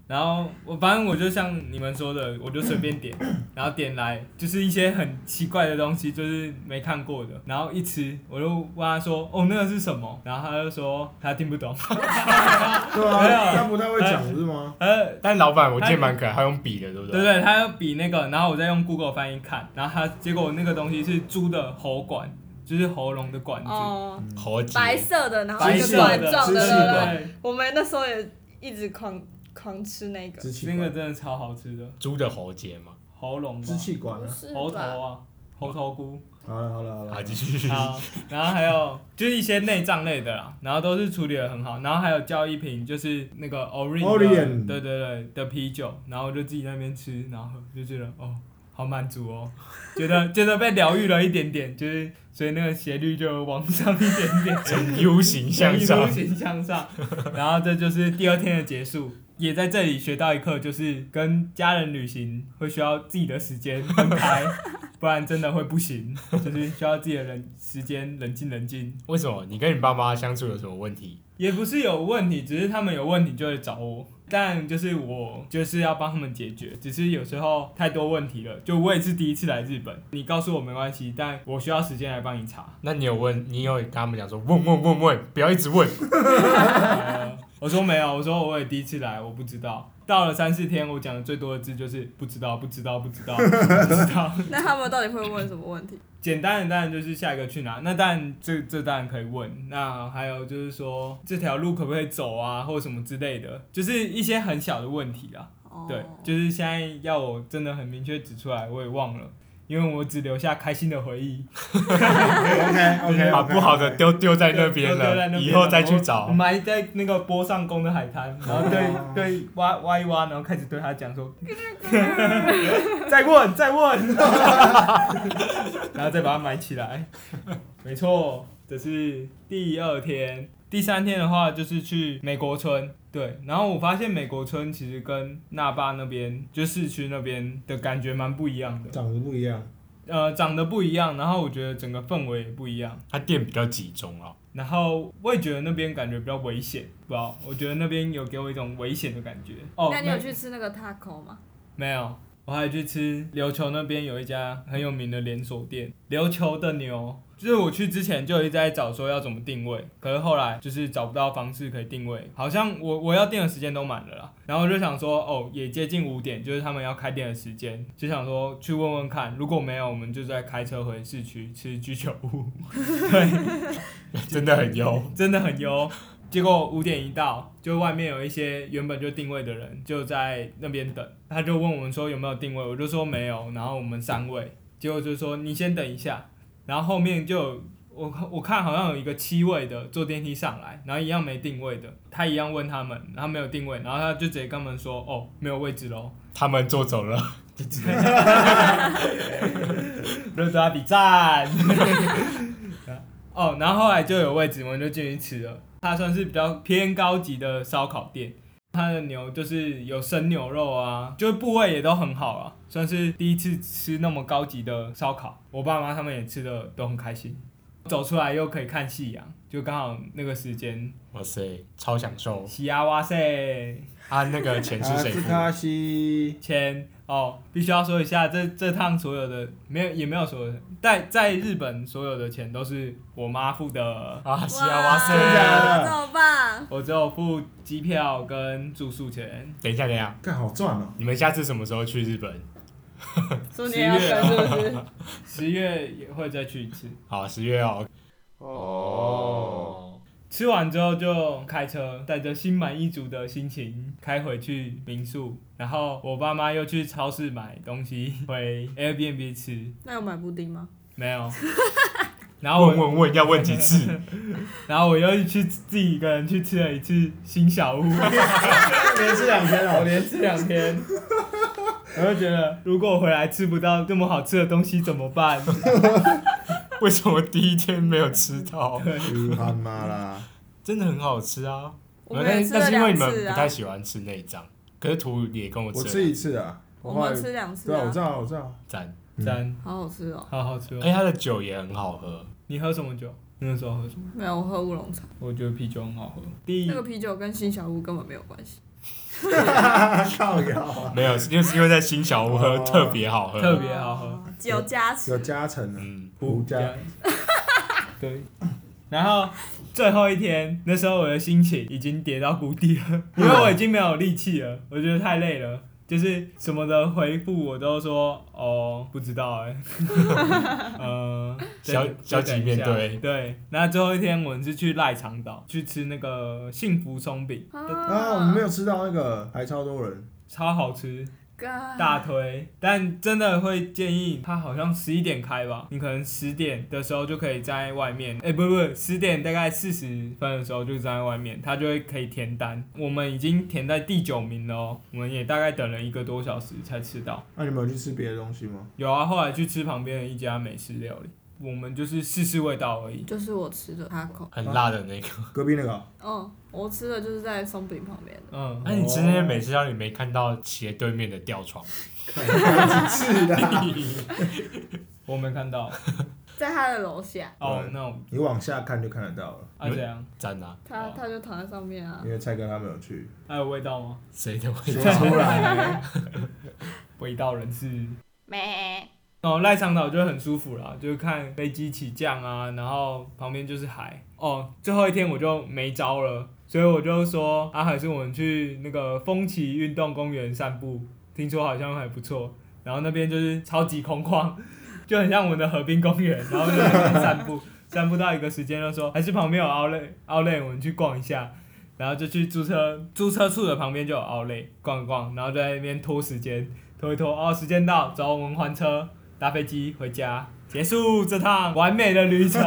Speaker 5: 然后我反正我就像你们说的，我就随便点，然后点来就是一些很奇怪的东西，就是没看过的。然后一吃，我就问他说：“哦，那个是什么？”然后他就说他听不懂。
Speaker 2: 对
Speaker 5: 没有
Speaker 2: 啊，他不太会讲是吗？
Speaker 5: 呃，
Speaker 3: 但老板我见蛮可爱，他用笔的，对不
Speaker 5: 对不
Speaker 3: 对？
Speaker 5: 对，他要比那个，然后我再用 Google 翻译看，然后他结果那个东西是猪的喉管，就是喉咙的管子。
Speaker 4: 哦，
Speaker 3: 喉结，
Speaker 4: 白色的，然后
Speaker 5: 白
Speaker 4: 一个
Speaker 5: 色的
Speaker 4: 管
Speaker 2: 知
Speaker 4: 状的，对
Speaker 2: 识
Speaker 4: 对
Speaker 2: 管
Speaker 4: 对。
Speaker 5: 对，
Speaker 4: 我们那时候也一直狂狂吃那个，
Speaker 2: 支气
Speaker 5: 那个
Speaker 3: 哎
Speaker 2: 管，
Speaker 5: 真的超好吃的，
Speaker 3: 猪的喉结嘛。
Speaker 5: 喉咙吧
Speaker 2: 支气管
Speaker 4: 不
Speaker 2: 啊。
Speaker 4: 是
Speaker 5: 猴头
Speaker 4: 吧？
Speaker 5: 啊，猴头菇。
Speaker 2: 好了好了好了
Speaker 3: 好，，继续。
Speaker 5: 好，然后还有就是一些内脏类的啦，然后都是处理的很好，然后还有叫一瓶就是那个 Orient，
Speaker 2: Orient
Speaker 5: 对对对的啤酒，然后我就自己在那边吃，然后就觉得哦，好满足哦，觉得觉得被疗愈了一点点，就是所以那个斜率就往上一点点，
Speaker 3: 呈 U 型向
Speaker 5: 一
Speaker 3: 上
Speaker 5: 路，行向上，然后这就是第二天的结束。也在这里学到一课，就是跟家人旅行会需要自己的时间分开，不然真的会不行， 就是需要自己的人时间冷静冷静。
Speaker 3: 为什么？你跟你爸妈相处有什么问题？
Speaker 5: 也不是有问题，只是他们有问题就会找我，但就是我就是要帮他们解决。只是有时候太多问题了，就我也是第一次来日本，你告诉我没关系，但我需要时间来帮你查。
Speaker 3: 那你有问，你有跟他们讲说问问问问，不要一直问。
Speaker 5: 呃 我说没有，我说我也第一次来，我不知道。到了三四天，我讲的最多的字就是不知道，不知道，不知道，不知道。
Speaker 4: 那他们到底会问什么问题？
Speaker 5: 简单的当然就是下一个去哪，那当然这这当然可以问。那还有就是说这条路可不可以走啊，或者什么之类的，就是一些很小的问题啊。
Speaker 4: 哦，
Speaker 5: 对，就是现在要我真的很明确指出来，我也忘了，因为我只留下开心的回忆。
Speaker 2: OK OK，
Speaker 3: 把不好的丢丢在那边
Speaker 5: 丢在那嗯
Speaker 3: 了，以后再去
Speaker 5: 我
Speaker 3: 找
Speaker 5: 我。埋在那个波上宫的海滩，然后对对挖挖一挖，然后开始对他讲说，再问再问，然后再把它埋起来。没错，这是第二天。第三天的话就是去美国村，对，然后我发现美国村其实跟那霸那边，就市区那边的感觉蛮不一样的，
Speaker 6: 长得不一样，
Speaker 5: 呃，长得不一样，然后我觉得整个氛围也不一样。
Speaker 3: 它店比较集中哦，
Speaker 5: 然后我也觉得那边感觉比较危险，不知道，我觉得那边有给我一种危险的感觉。哦，
Speaker 4: 那你有
Speaker 5: 没
Speaker 4: 去吃那个 taco 吗？
Speaker 5: 没有？我还去吃琉球那边有一家很有名的连锁店，琉球的牛。就是我去之前就一直在找说要怎么定位，可是后来就是找不到方式可以定位，好像我我要定的时间都满了啦。然后我就想说，哦，也接近五点，就是他们要开店的时间，就想说去问问看，如果没有，我们就再开车回市区吃居酒屋。
Speaker 3: 真的很优。
Speaker 5: 真的很优。结果五点一到，就外面有一些原本就定位的人就在那边等，他就问我们说有没有定位，我就说没有，然后我们三位，结果就说你先等一下，然后后面就有我看我看好像有一个七位的坐电梯上来，然后一样没定位的，他一样问他们，然后没有定位，然后他就直接跟他们说哦没有位置喽，
Speaker 3: 他们坐走了，
Speaker 5: 热抓比赞。 哦，然后后来就有位置，我们就进去吃了。它算是比较偏高级的烧烤店，它的牛就是有生牛肉啊，就是部位也都很好啊，算是第一次吃那么高级的烧烤。我爸妈他们也吃的都很开心，走出来又可以看夕阳，就刚好那个时间，
Speaker 3: 哇塞，超享受！
Speaker 5: 夕阳哇塞！
Speaker 3: 啊，那个钱是
Speaker 6: 啊
Speaker 3: 谁
Speaker 6: 是
Speaker 3: 付？
Speaker 6: 卡西，
Speaker 5: 前哦，必须要说一下，这这趟所有的没有也没有所有的，在在日本所有的钱都是我妈付的，
Speaker 3: 啊，西亚哇
Speaker 6: 真
Speaker 3: 塞！
Speaker 6: 假的
Speaker 4: 这么棒！
Speaker 5: 我只有付机票跟住宿钱。
Speaker 3: 等一下，等一下，
Speaker 2: 干好赚哦。
Speaker 3: 你们下次什么时候去日本？
Speaker 4: 说你也要跟是不是？
Speaker 5: 十月也会再去一次。
Speaker 3: 好，十月哦。哦，
Speaker 5: 吃完之后就开车，带着心满意足的心情开回去民宿，然后我爸妈又去超市买东西回 Airbnb 吃，
Speaker 4: 那有买布丁吗？
Speaker 5: 没有。然后我
Speaker 3: 啊问问问，要问几次？
Speaker 5: 然后我又去自己一个人去吃了一次新小屋，
Speaker 6: 连吃两天
Speaker 5: 我
Speaker 6: 哦，
Speaker 5: 连吃两天， 我就觉得如果我回来吃不到这么好吃的东西怎么办？
Speaker 3: 为什么第一天没有吃到？
Speaker 2: 嗯他妈啦！
Speaker 3: 真的很好吃啊！
Speaker 4: 我们
Speaker 3: 但
Speaker 4: 也
Speaker 3: 是
Speaker 4: 吃
Speaker 3: 但
Speaker 4: 了
Speaker 3: 是因为
Speaker 4: 两
Speaker 3: 你们
Speaker 4: 次
Speaker 3: 不太
Speaker 4: 啊，
Speaker 3: 喜欢吃内脏，可是图也跟我
Speaker 2: 我
Speaker 3: 吃
Speaker 2: 吃
Speaker 3: 了
Speaker 2: 一次啊，
Speaker 4: 我
Speaker 2: 后来
Speaker 4: 们吃两次
Speaker 2: 对啊，我
Speaker 4: 啊
Speaker 2: 知，道我知道，
Speaker 3: 赞，
Speaker 5: 赞，
Speaker 4: 好好吃哦。
Speaker 5: 好好吃
Speaker 3: 而
Speaker 5: 哦。
Speaker 3: 且哎它的酒也很好喝。
Speaker 5: 你喝什么酒？那时候喝什么？
Speaker 4: 没有，我喝乌龙茶，
Speaker 5: 我觉得啤酒很好喝。第一
Speaker 4: 那个啤酒跟新小屋根本没有关系。
Speaker 2: 靠腰啊，
Speaker 3: 没有，就是因为在新小屋喝
Speaker 2: 哦
Speaker 3: 特别好喝。
Speaker 5: 特别好喝，
Speaker 4: 哦，有加持
Speaker 2: 有。加成啊的，
Speaker 3: 嗯，
Speaker 2: 胡
Speaker 5: 加
Speaker 2: 加，
Speaker 5: 对。然后最后一天，那时候我的心情已经跌到谷底了，因为我已经没有力气了，我觉得太累了，就是什么的回复我都说哦不知道哎、 呃，再
Speaker 3: 消
Speaker 5: 再
Speaker 3: 消极
Speaker 5: 等一
Speaker 3: 面
Speaker 5: 下
Speaker 3: 对
Speaker 5: 对。那最后一天我们是去赖长岛去吃那个幸福松饼，
Speaker 2: 啊，我们没有吃到那个，还超多人，
Speaker 5: 超好吃，
Speaker 4: 大
Speaker 5: 大推，但真的会建议他好像十一点开吧，你可能十点的时候就可以站在外面，哎、不不，十点大概四十分的时候就站在外面，他就会可以填单。我们已经填在第九名了哦，我们也大概等了一个多小时才吃到。
Speaker 2: 那你们有去吃别的东西吗？
Speaker 5: 有啊，后来去吃旁边的一家美食料理，我们就是试试味道而已。
Speaker 4: 就是我吃的 taco。
Speaker 3: 很辣的
Speaker 5: 哦
Speaker 3: 那个。
Speaker 2: 隔壁那个
Speaker 6: 啊
Speaker 4: 嗯，我吃的就是在松饼旁边的。
Speaker 5: 嗯，
Speaker 3: 那你吃那些美食料理没看到斜对面的吊床？
Speaker 2: 是的，
Speaker 5: 我没看到。
Speaker 4: 在他的楼下，
Speaker 5: 哦，
Speaker 2: 对
Speaker 5: 那我
Speaker 2: 你往下看就看得到了，
Speaker 5: 啊怎样？
Speaker 3: 赞 啊！
Speaker 4: 他、
Speaker 5: 哦
Speaker 4: 他就躺在上面啊
Speaker 2: 因。为蔡哥他们有去，
Speaker 5: 还有味道吗？
Speaker 3: 谁的味
Speaker 2: 说
Speaker 3: 道？
Speaker 2: 出 来，
Speaker 5: 味道人士。
Speaker 4: 没，
Speaker 5: 哦，赖长岛就很舒服啦，就是看飞机起降啊，然后旁边就是海。哦，最后一天我就没招了，所以我就说啊，还是我们去那个风起运动公园散步，听说好像还不错。然后那边就是超级空旷，就很像我们的河滨公园，然后就在那边散步，散步到一个时间就说，还是旁边有 outlet outlet，我们去逛一下。然后就去租车租车处的旁边就有 Outlet 逛一逛，然后就在那边拖时间，拖一拖，哦，时间到，走，我们还车，搭飞机回家，结束这趟完美的旅程。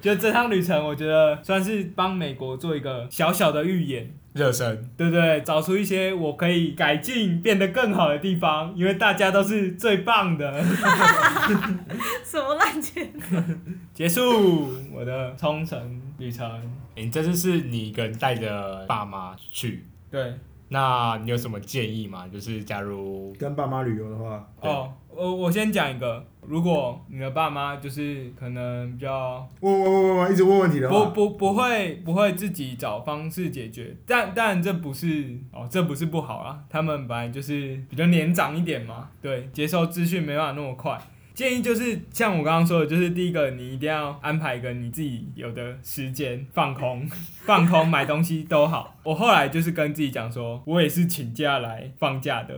Speaker 5: 就这趟旅程，我觉得算是帮美国做一个小小的预演，
Speaker 3: 热身，
Speaker 5: 对不对？找出一些我可以改进、变得更好的地方，因为大家都是最棒的。
Speaker 4: 什么烂钱？
Speaker 5: 结束我的冲绳旅程。
Speaker 3: 诶你这次是你一个人带着爸妈去，
Speaker 5: 对，
Speaker 3: 那你有什么建议吗？就是假 如
Speaker 6: 跟爸妈旅游的话，
Speaker 3: 对
Speaker 5: 哦，我我先讲一个，如果你的爸妈就是可能比较
Speaker 6: 问问问问问，一直问问题的
Speaker 5: 不
Speaker 6: 话，
Speaker 5: 不不会不会自己找方式解决，但但这不是哦，这不是不好啊，他们本来就是比较年长一点嘛，对，接受资讯没办法那么快。建议就是像我刚刚说的，就是第一个，你一定要安排一个你自己有的时间放空，放空买东西都好。我后来就是跟自己讲说，我也是请假来放假 的，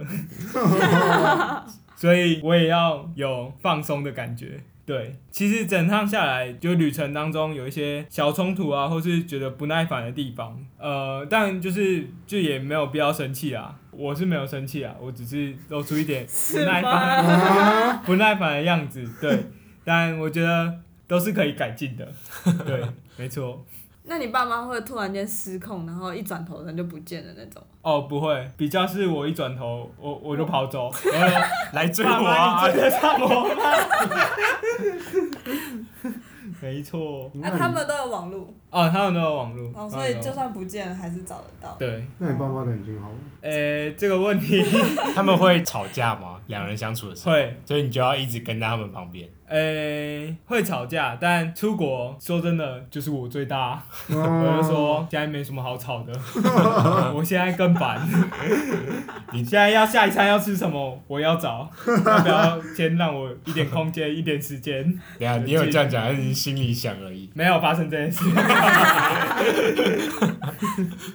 Speaker 5: 所以我也要有放松的感觉。对，其实整趟下来，就旅程当中有一些小冲突啊，或是觉得不耐烦的地方，呃，但就是就也没有必要生气啊，我是没有生气啊，我只是露出一点不
Speaker 4: 是
Speaker 5: 耐烦。
Speaker 4: 吗？
Speaker 5: 不耐烦 的样子，对，但我觉得都是可以改进的，对，没错。
Speaker 4: 那你爸妈会突然间失控，然后一转头人就不见了那种？
Speaker 5: 哦，不会，比较是我一转头，我我就跑走，我就说
Speaker 3: 来追我
Speaker 5: 哦爸妈，
Speaker 3: 啊
Speaker 5: 你，追得上我吗？没错，
Speaker 6: 那
Speaker 4: 啊，
Speaker 6: 你
Speaker 4: 他们都有网路，
Speaker 5: 哦，他们都有网络，
Speaker 4: 哦，
Speaker 3: 哎
Speaker 4: 所以
Speaker 5: 他们都
Speaker 4: 就
Speaker 5: 有
Speaker 4: 算不见了还是找得到。
Speaker 5: 对，
Speaker 6: 那你爸妈的很挺好吗，
Speaker 5: 诶、这个问题
Speaker 3: 他们会吵架吗？两人相处的时候，
Speaker 5: 会，
Speaker 3: 所以你就要一直跟在他们旁边。
Speaker 5: 诶、会吵架，但出国说真的就是我最大， 我
Speaker 6: 我
Speaker 5: 就说现在没什么好吵的， 我现在更烦。
Speaker 3: 你
Speaker 5: 你现在要下一餐要吃什么？我要找，要不要先让我一点空间，一点时间？
Speaker 3: 等一下，你有这样讲，还是你心里想而已？
Speaker 5: 没有发生这件事。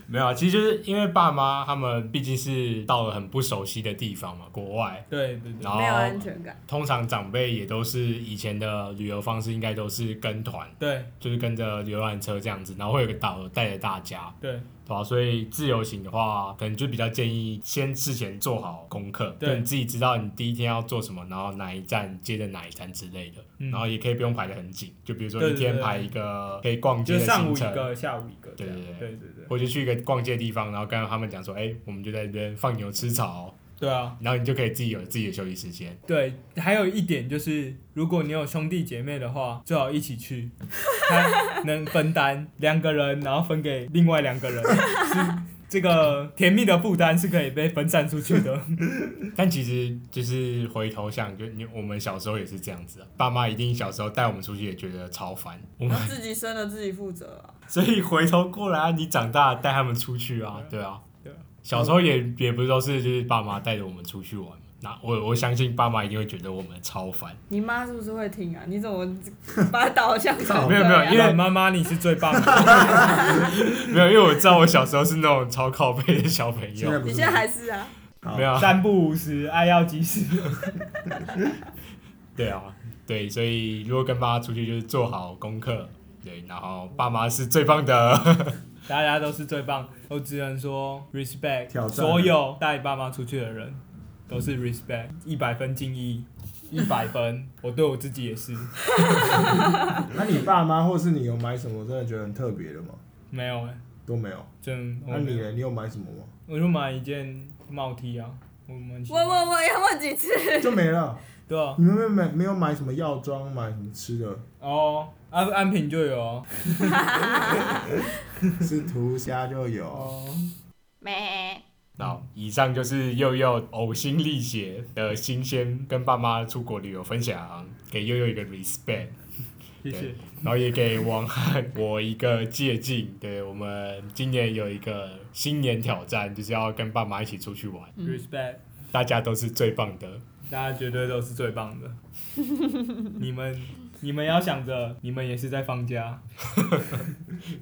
Speaker 3: 没有啊，其实就是因为爸妈他们毕竟是到了很不熟悉的地方嘛，国外，
Speaker 5: 对对对
Speaker 3: 然后
Speaker 4: 没有安全感，
Speaker 3: 通常长辈也都是以前的旅游方式，应该都是跟团，
Speaker 5: 对
Speaker 3: 就是跟着游览车这样子，然后会有个导游带着大家，
Speaker 5: 对
Speaker 3: 对吧、所以自由行的话，可能就比较建议先事前做好功课，
Speaker 5: 对
Speaker 3: 就你自己知道你第一天要做什么，然后哪一站接着哪一站之类的，
Speaker 5: 嗯
Speaker 3: 然后也可以不用排得很紧，就比如说
Speaker 5: 对
Speaker 3: 一
Speaker 5: 对
Speaker 3: 天
Speaker 5: 对
Speaker 3: 排一个可以逛街
Speaker 5: 就
Speaker 3: 的
Speaker 5: 上
Speaker 3: 行
Speaker 5: 午一
Speaker 3: 程。
Speaker 5: 个，下午一个，这样
Speaker 3: 对
Speaker 5: 对
Speaker 3: 对
Speaker 5: 对对对，
Speaker 3: 或者去一个逛街的地方，然后跟他们讲说，哎、我们就在这边放牛吃草，
Speaker 5: 对啊。
Speaker 3: 然后你就可以自己有自己的休息时间。
Speaker 5: 对，还有一点就是，如果你有兄弟姐妹的话，最好一起去， 他能分担两个人，然后分给另外两个人， 是这个甜蜜的负担是可以被分散出去 的。
Speaker 3: 但其实就是回头想，就你我们小时候也是这样子、啊，爸妈一定小时候带我们出去也觉得超烦， 我
Speaker 4: 然
Speaker 3: 们
Speaker 4: 后自己生了自己负责啊。
Speaker 3: 所以回头过来、啊，你长大带他们出去啊，对啊
Speaker 5: 对啊，
Speaker 3: 小时候也也不是都是就是爸妈带着我们出去玩嘛。那我我相信爸妈一定会觉得我们超烦，
Speaker 4: 你妈是不是会听啊？你怎么 把她导向成这样？啊
Speaker 3: 没有没有因为
Speaker 5: 软妈妈你是最棒的，
Speaker 3: 没有，因为我知道我小时候是那种超靠背的小朋
Speaker 6: 现在
Speaker 3: 友，
Speaker 6: 不
Speaker 4: 你
Speaker 6: 是
Speaker 4: 现在还是啊？
Speaker 6: 好
Speaker 3: 没有啊，
Speaker 5: 三不五时，爱要及时。
Speaker 3: 对啊，对，所以如果跟爸妈出去，就是做好功课，对，然后爸妈是最棒的，
Speaker 5: 大家都是最棒，我只能说 respect
Speaker 6: 挑战
Speaker 5: 所有带爸妈出去的人，都是 respect，一百分敬意，一百分，我对我自己也是，
Speaker 6: 那你爸妈或是你有买什么真的觉得很特别的吗？
Speaker 5: 没有哎、
Speaker 6: 都没有。
Speaker 5: 真我
Speaker 6: 那你
Speaker 5: 没
Speaker 6: 呢？你有买什么吗？
Speaker 5: 我就买一件帽 T 啊，我蛮喜
Speaker 4: 问
Speaker 5: 欢，
Speaker 4: 问问，要问几次？
Speaker 6: 就没了。
Speaker 5: 对啊，
Speaker 6: 你们没有买没有买什么药妆，买什么吃的？
Speaker 5: 哦，安安平就有哦，
Speaker 6: 是涂虾就有。
Speaker 5: 哦，
Speaker 4: 没。
Speaker 3: 好，以上就是佑佑呕心沥血的新鲜跟爸妈出国旅游分享，给佑佑一个 respect，
Speaker 5: 谢谢
Speaker 3: 对，然后也给王翰我一个借鉴。对我们今年有一个新年挑战，就是要跟爸妈一起出去玩，
Speaker 5: 嗯 respect，
Speaker 3: 大家都是最棒的。
Speaker 5: 大家绝对都是最棒 的，你们你们要想着，你们也是在 放假，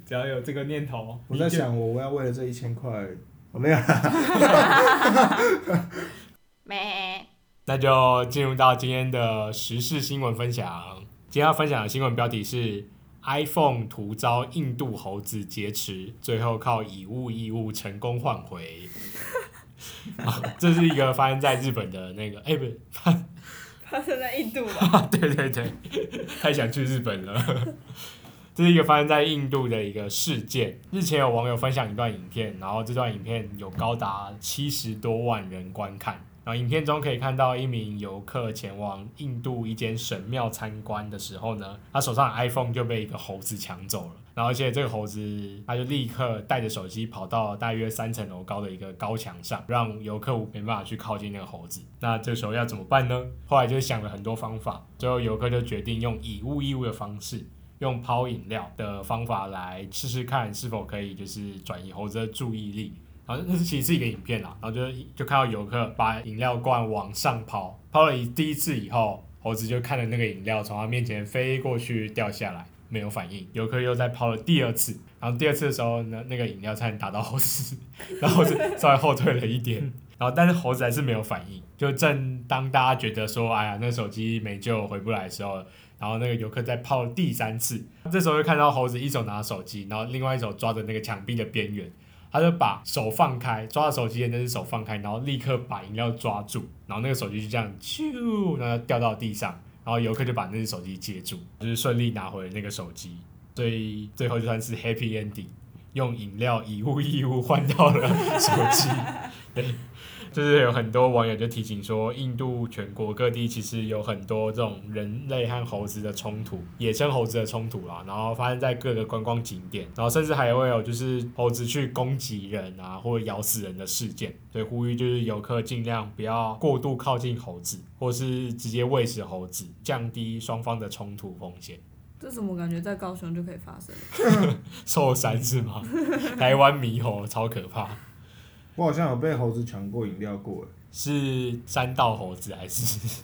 Speaker 5: 只要有这个念头，
Speaker 6: 我在
Speaker 5: 你就
Speaker 6: 想，我我要为了这一千块，我没有。
Speaker 3: 那就进入到今天的时事新闻分享。今天要分享的新闻标题是： iPhone 图遭印度猴子劫持，最后靠以物易物成功换回。啊这是一个发生在日本的那个，哎、不是，
Speaker 4: 发生在印度吧？
Speaker 3: 对对对，太想去日本了。这是一个发生在印度的一个事件。日前有网友分享一段影片，然后这段影片有高达七十多万人观看。然后影片中可以看到一名游客前往印度一间神庙参观的时候呢，他手上的 iPhone 就被一个猴子抢走了。然后而且这个猴子他就立刻带着手机跑到大约三层楼高的一个高墙上，让游客没办法去靠近那个猴子。那这时候要怎么办呢？后来就想了很多方法，最后游客就决定用以物易物的方式。用抛饮料的方法来试试看是否可以就是转移猴子的注意力。好像那是其实是一个影片啦，然后就就看到游客把饮料罐往上抛，抛了一第一次以后，猴子就看着那个饮料从他面前飞过去掉下来，没有反应。游客又再抛了第二次，然后第二次的时候呢，那个饮料差点打到猴子， 然后猴子稍微后退了一点，然后但是猴子还是没有反应。就正当大家觉得说，哎呀，那手机没救回不来的时候，然后那个游客再泡第三次，这时候就看到猴子一手拿手机，然后另外一手抓着那个墙壁的边缘，他就把手放开，抓着手机的那只手放开，然后立刻把饮料抓住，然后那个手机就这样咻，然后掉到地上，然后游客就把那只手机接住，就是顺利拿回了那个手机，所以最后就算是 happy ending，用饮料以物易物换到了手机，对。就是有很多网友就提醒说，印度全国各地其实有很多这种人类和猴子的冲突，野生猴子的冲突啦，然后发生在各个观光景点，然后甚至还会有就是猴子去攻击人啊，或者咬死人的事件。所以呼吁就是游客尽量不要过度靠近猴子，或是直接喂食猴子，降低双方的冲突风险。
Speaker 4: 这怎么感觉在高雄就可以发生？
Speaker 3: 寿山是吗？ 台湾猕猴超可怕，
Speaker 6: 我好像有被猴子抢过饮料过，欸
Speaker 3: 是山道猴子还是？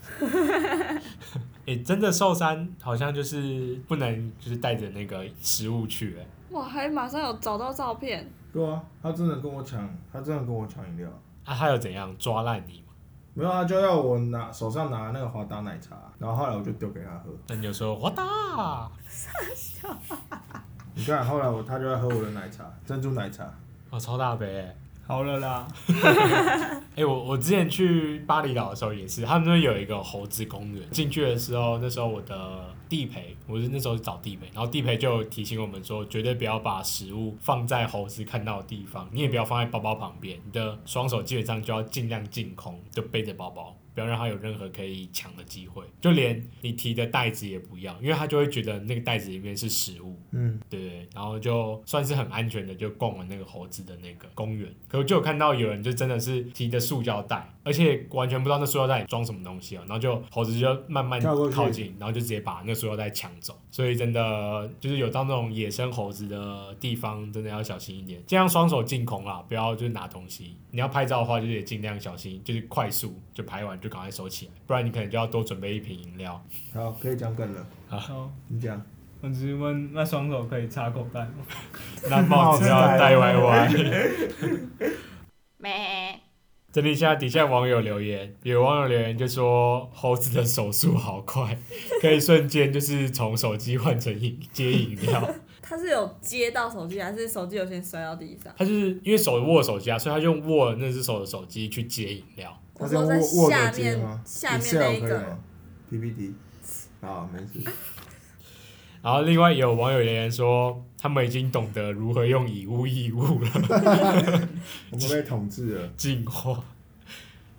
Speaker 3: 诶、真的寿山好像就是不能就是带着那个食物去、诶
Speaker 4: 哇，还马上有找到照片，
Speaker 6: 对啊，他真的跟我抢，他真的跟我抢饮料，
Speaker 3: 啊，他有怎样抓烂你吗？
Speaker 6: 没有啊他就要我拿手上拿那个华达奶茶，然后后来我就丢给他喝，
Speaker 3: 那你就说我打，
Speaker 6: 你看后来我他就在喝我的奶茶，珍珠奶茶，
Speaker 3: 我、超大杯、诶
Speaker 5: 好了啦，
Speaker 3: 哎、我我之前去巴厘岛的时候也是，他们那边有一个猴子公园。进去的时候，那时候我的地陪，我是那时候找地陪，然后地陪就有提醒我们说，绝对不要把食物放在猴子看到的地方，你也不要放在包包旁边，你的双手基本上就要尽量净空，就背着包包。不要让它有任何可以抢的机会，就连你提的袋子也不要，因为它就会觉得那个袋子里面是食物，
Speaker 6: 嗯，
Speaker 3: 对，然后就算是很安全的，就逛了那个猴子的那个公园。可我就有看到有人就真的是提着塑胶袋，而且完全不知道那塑胶袋里装什么东西哦、然后就猴子就慢慢
Speaker 6: 跳过去
Speaker 3: 靠近，然后就直接把那塑胶袋抢走。所以真的就是有到那种野生猴子的地方，真的要小心一点，尽量双手进空啦，不要就是拿东西。你要拍照的话，就是也尽量小心，就是快速就拍完就赶快收起来，不然你可能就要多准备一瓶饮料。
Speaker 6: 好，可以讲梗了，
Speaker 5: 哦，
Speaker 6: 你讲，
Speaker 5: 我只是问，那双手可以插口 袋吗？
Speaker 3: 那帽子要戴歪歪。
Speaker 4: 咩？
Speaker 3: 整理一下底下网友留言，有网友留言就说猴子的手速好快，可以瞬间就是从手机换成饮接饮料。
Speaker 4: 他是有接到手机，还是手机有先摔到地上？
Speaker 3: 他就是因为手握手机啊，所以他就用握那只手的手机去接饮料。
Speaker 4: 我
Speaker 6: 他是
Speaker 4: 说
Speaker 6: 用
Speaker 4: 在
Speaker 6: 握握
Speaker 4: 下
Speaker 6: 着接
Speaker 4: 面
Speaker 6: 吗？
Speaker 4: 下面那一
Speaker 6: Excel 可以
Speaker 4: 个，
Speaker 6: 吗？PPT，啊，没事，
Speaker 3: 然后另外也有网友留言说，他们已经懂得如何用以物易物了，
Speaker 6: 我们 被统治 了，
Speaker 3: 进化。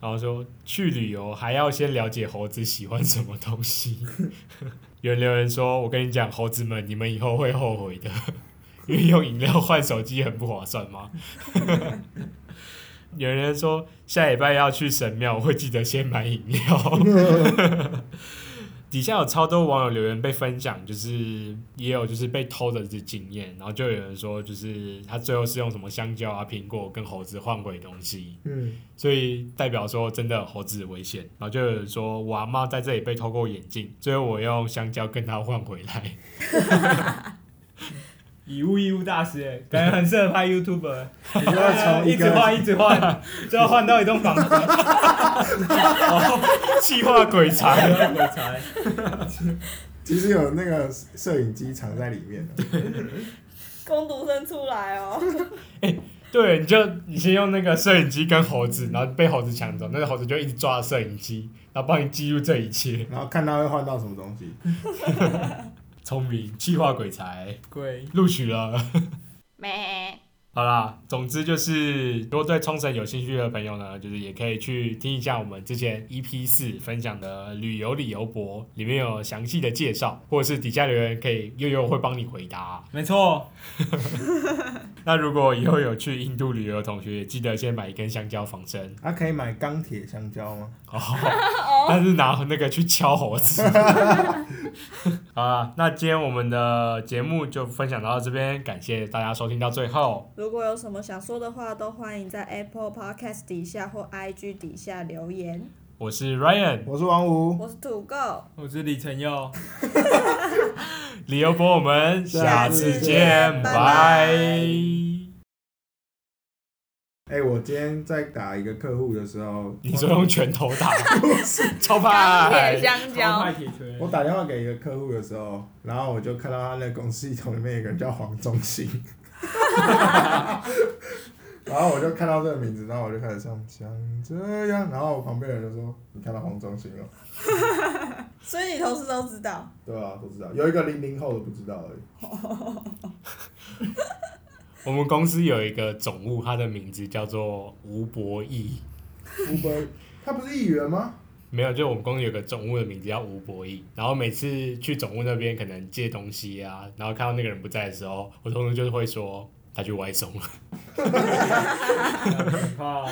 Speaker 3: 然后说去旅游还要先了解猴子喜欢什么东西。 有人留言说：“我跟你讲，猴子们，你们以后会后悔的， 因为用饮料换手机很不划算吗？” 有人说下礼拜要去神庙，我会记得先买饮料。底下有超多网友留言被分享，就是也有就是被偷的这经验，然后就有人说，就是他最后是用什么香蕉啊、苹果跟猴子换回东西，
Speaker 6: 嗯，
Speaker 3: 所以代表说真的猴子危险。然后就有人说我阿妈在这里被偷过眼镜，最后我用香蕉跟她换回来。
Speaker 5: 以物易物大师、欸，感觉很适合拍 YouTuber，欸
Speaker 6: 你就要从
Speaker 5: 一直
Speaker 6: 个
Speaker 5: 换一直换， 最后换到一栋房子，
Speaker 3: 气化鬼才，
Speaker 5: 鬼才，
Speaker 2: 其实有那个摄影机藏在里面的，
Speaker 4: 工读生出来哦，
Speaker 3: 对，你就你先用那个摄影机跟猴子，然后被猴子抢走，那个猴子就一直抓着摄影机，然后帮你记录这一切。
Speaker 2: 然后看他会换到什么东西。
Speaker 3: 聪明，气化鬼才，
Speaker 5: 鬼
Speaker 3: 录取了。
Speaker 4: 咩，
Speaker 3: 好啦，总之就是，如果对冲绳有兴趣的朋友呢，就是也可以去听一下我们之前 EP 四分享的旅游理由博，里面有详细的介绍，或者是底下留言可以悠悠会帮你回答。
Speaker 5: 没错，
Speaker 3: 那如果以后有去印度旅游的同学，也记得先买一根香蕉防身，
Speaker 6: 他、可以买钢铁香蕉吗？
Speaker 3: 哦，但是拿那个去敲猴子。 好啦，那今天我们的节目就分享到这边，感谢大家收听到最后。
Speaker 4: 如果有什么想说的话，都欢迎在 Apple Podcast 底下或 IG 底下留言。
Speaker 3: 我是 Ryan，
Speaker 6: 我是王五，
Speaker 4: 我是土狗，
Speaker 5: 我是李晨佑。
Speaker 3: 理由博，我们下次见，
Speaker 4: 拜
Speaker 3: 拜
Speaker 2: 哎、我今天在打一个客户的时候，
Speaker 3: 你说用拳头打，超
Speaker 4: 钢铁
Speaker 3: 派，
Speaker 4: 香
Speaker 5: 超
Speaker 4: 蕉
Speaker 5: 快，铁拳
Speaker 2: 我，打电话给一个客户的时候，然后我就看到他那个公司系统里面有个人叫黄忠信， 然后我就看到这个名字，然后我就开始唱像这样，然后我旁边的人就说你看到黄忠信了，
Speaker 4: 所以你同事都知道。
Speaker 2: 对啊，不知道，有一个零零后的不知道而已，
Speaker 3: 我们公司有一个总务，他的名字叫做吴博义，
Speaker 2: 吴伯，他不是议员吗？
Speaker 3: 没有，就我们公司有个总务的名字叫吴博义。然后每次去总务那边，可能借东西啊，然后看到那个人不在的时候，我同事就是会说他去外送了。
Speaker 5: 很怕。